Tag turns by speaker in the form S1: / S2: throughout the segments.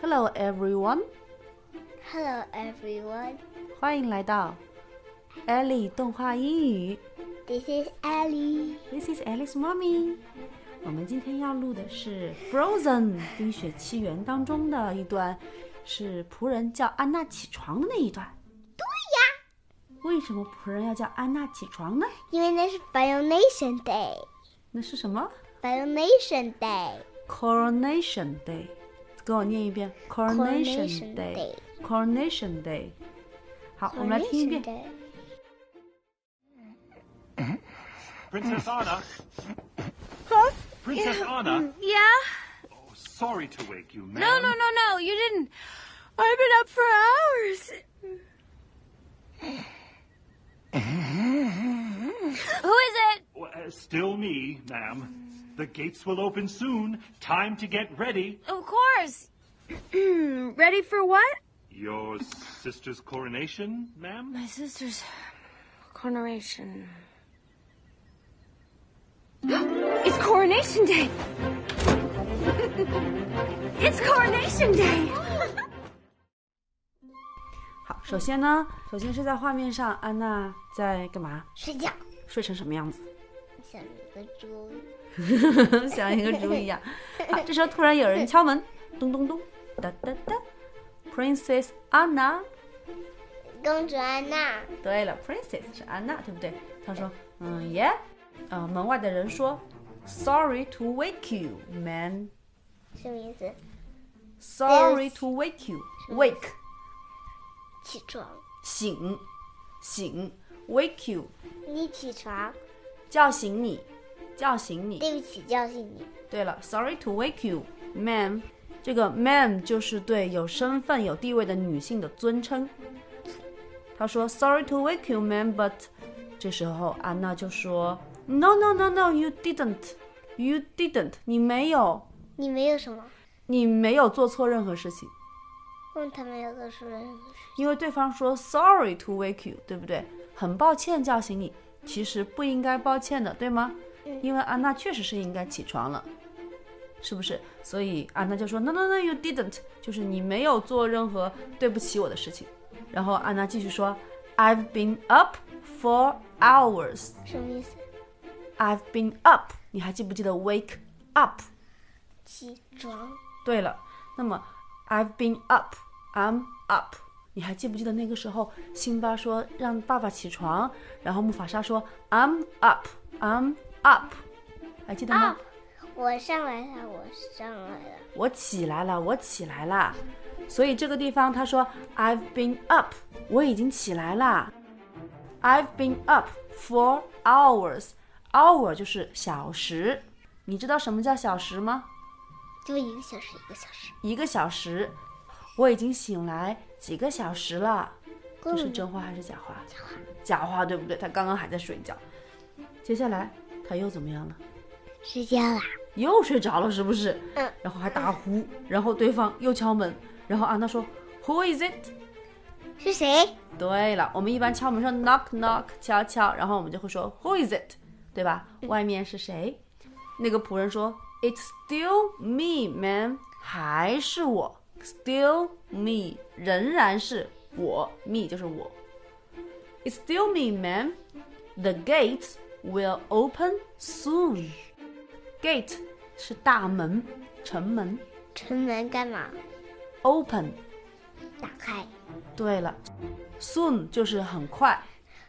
S1: Hello everyone，
S2: Hello, everyone.
S1: 欢迎来到 Ellie 动画英语。
S2: This is Ellie.
S1: This is Alice Mommy。我们今天要录的是《Frozen》冰雪奇缘当中的一段，是仆人叫安娜起床的那一段。对呀。为什么仆人要叫安娜起床呢？
S2: 因为那是 Coronation Day.
S1: 那是什么
S2: Coronation Day.
S1: ？Coronation Day。跟我念一遍
S2: Coronation
S1: Coronation
S2: Day
S1: Day。Coronation Day。好，我们来听一
S2: Coronation
S1: 遍。
S2: Day.
S3: Princess Anna.
S4: Mm. Huh?
S3: Princess Anna.
S4: Yeah? Mm.
S3: Oh, sorry to wake you, ma'am.
S4: No, no, no, no, you didn't. I've been up for hours. Who is it?
S3: Well, uh, still me, ma'am. The gates will open soon. Time to get ready.
S4: Of course. Ready for what?
S3: Your sister's coronation, ma'am?
S4: My sister's coronation. it's coronation day. it's coronation day.
S1: 好，首先呢，首先是在画面上，安娜在干嘛？
S2: 睡觉。
S1: 睡成什么样子？
S2: 像一个猪。
S1: 像一个猪一样。好，啊这时候突然有人敲门，咚咚咚，哒哒哒，Princess Anna。
S2: 公主安娜，
S1: 对了，Princess 是安娜，对不对？她说，嗯，Yeah。呃，门外的人说，Sorry to wake you, man.
S2: 什么意思？
S1: Sorry to wake you. Wake
S2: 起床。
S1: 醒醒，wake you
S2: 你起床，
S1: 叫醒你，叫醒你。
S2: 对不起，叫醒你。
S1: 对了，Sorry to wake you, ma'am。这个 ma'am 就是对有身份、有地位的女性的尊称。他说 Sorry to wake you, ma'am, but 这时候安娜就说 No, no, no, no, you didn't, you didn't，你没有，
S2: 你没有什么？
S1: 你没有做错任何事情，
S2: 问他没有做出任何事。
S1: 因为对方说 Sorry to wake you，对不对？很抱歉叫醒你，其实不应该抱歉的，对吗？因为安娜确实是应该起床了，是不是？所以安娜就说 No No No you didn't，就是你没有做任何对不起我的事情。然后安娜继续说 I've been up for hours。
S2: 什么意思？
S1: I've been up，你还记不记得 wake up？
S2: 起床。
S1: 对了，那么 I've been up, I'm up。你还记不记得那个时候，辛巴说让爸爸起床，然后木法沙说 I'm up, I'm up，还记得吗
S2: Up 我上来了，我上来了。
S1: 我起来了，我起来啦。所以这个地方他说 I've been up，我已经起来啦。I've been up for hours。hour 就是小时，你知道什么叫小时吗？
S2: 就一个小时，一个小时。
S1: 一个小时，我已经醒来几个小时了。
S2: 公
S1: 这是
S2: 主
S1: 真话还是假话？假话，假话，对不对？他刚刚还在睡觉，接下来他又怎么样了？
S2: 睡觉啦。
S1: 又睡着了，是不是？
S2: 嗯。
S1: 然后还打呼，然后对方又敲门，然后安娜说，Who is it？
S2: 是谁？
S1: 对了，我们一般敲门说 knock knock 敲敲，然后我们就会说 Who is it？对吧？外面是谁？那个仆人说 It's still me, man，还是我，still me，仍然是我，me 就是我。It's still me, man. The gates will open soon. Gate 是大门，城门。
S2: 城门干嘛？
S1: Open，
S2: 打开，
S1: 对了，soon 就是很快。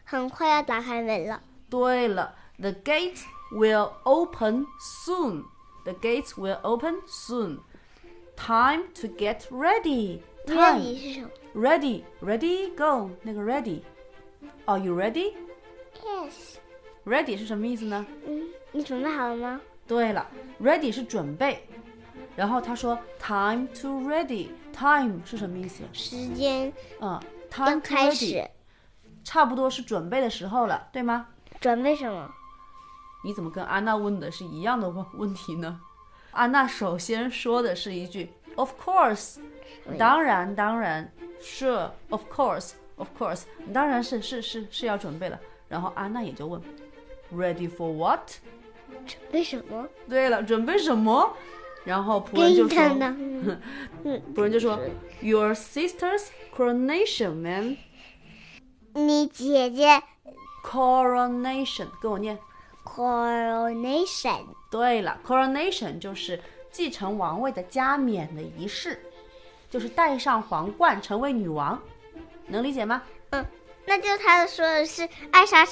S2: 很快要打开门了。
S1: 对了，the gates will open soon. The gates will open soon. Time to get ready.
S2: 那
S1: Time
S2: 你是什么
S1: ready ready go 那个 ready. Are you ready?
S2: ？Yes。
S1: Ready 是什么意思呢？
S2: 嗯，你准备好了吗？
S1: 对了，ready 是准备。然后他说 time to ready. Time 是什么意思？
S2: 时间
S1: 嗯
S2: 要
S1: ，time to
S2: 开
S1: ready
S2: 始，
S1: 差不多是准备的时候了，对吗？
S2: 准备什么？
S1: 你怎么跟安娜问的是一样的问问题呢？安娜首先说的是一句 “of course”，当然当然，sure，of course，of course，当然是是是是要准备了。然后安娜也就问，“ready for what？”
S2: 准备什么？
S1: 对了，准备什么然后仆
S2: 给
S1: 人就
S2: 你
S1: 说
S2: 看的，嗯
S1: 仆人就说，Your sister's coronation, man.
S2: 你姐姐
S1: Coronation，跟我念。
S2: coronation
S1: 对了，coronation 就是继承王位的加冕的仪式，就是戴上皇冠成为女王，能理解吗？
S2: 那就他说的是艾莎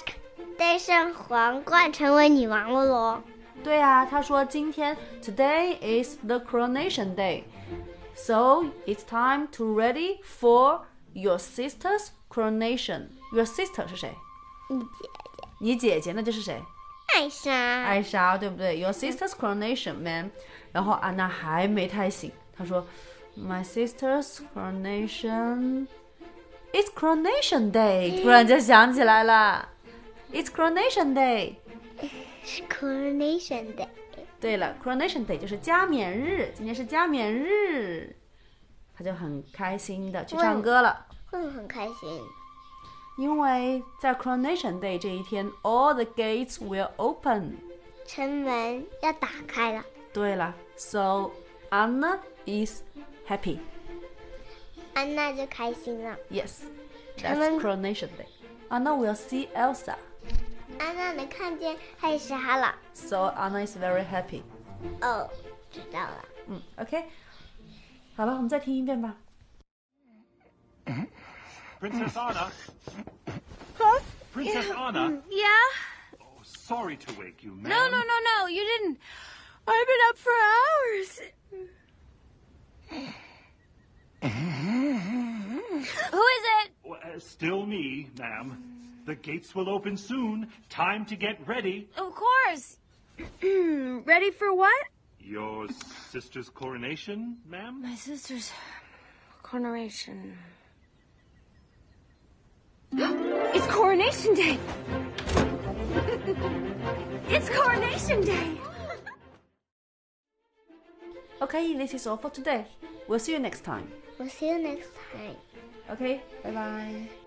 S2: 戴上皇冠成为女王了咯。
S1: 对啊，他说今天 today is the coronation day, so it's time to ready for your sister's coronation. Your sister 是谁？
S2: 你姐
S1: 你姐姐，那就是谁？
S2: 艾莎，
S1: 艾莎，对不对？Your sister's coronation, man。然后安娜还没太醒，她说，My sister's coronation, it's coronation day。突然就想起来了，It's coronation day。
S2: 是 coronation 的。
S1: 对了，coronation day 就是加冕日，今天是加冕日，她就很开心的去唱歌了。
S2: 会不会很开心？
S1: 因为在 coronation day 这一天，all the gates will open。
S2: 城门要打开了，
S1: 对了，so Anna is happy。
S2: 安娜就开心了。
S1: Yes,
S2: 他
S1: that's
S2: 们
S1: coronation day. Anna will see Elsa,
S2: 安娜能看见艾莎了。
S1: so Anna is very happy. Oh, Mm,
S2: 哦，知道了。
S1: 嗯，OK，好了，我们再听一遍吧。
S3: Princess Anna,
S4: Huh?
S3: Princess Anna,
S4: Yeah? Mm.
S3: sorry to wake you, ma'am.
S4: No, no, no, no, you didn't. I've been up for hours. Who is it?
S3: Well, uh, Still me, ma'am. The gates will open soon. Time to get ready.
S4: Of course. Ready for what?
S3: Your sister's coronation, ma'am?
S4: My sister's coronation. it's coronation day. it's coronation day.
S1: OK, this is all for today. We'll see you next time.
S2: We'll see you next time.
S1: OK，拜拜。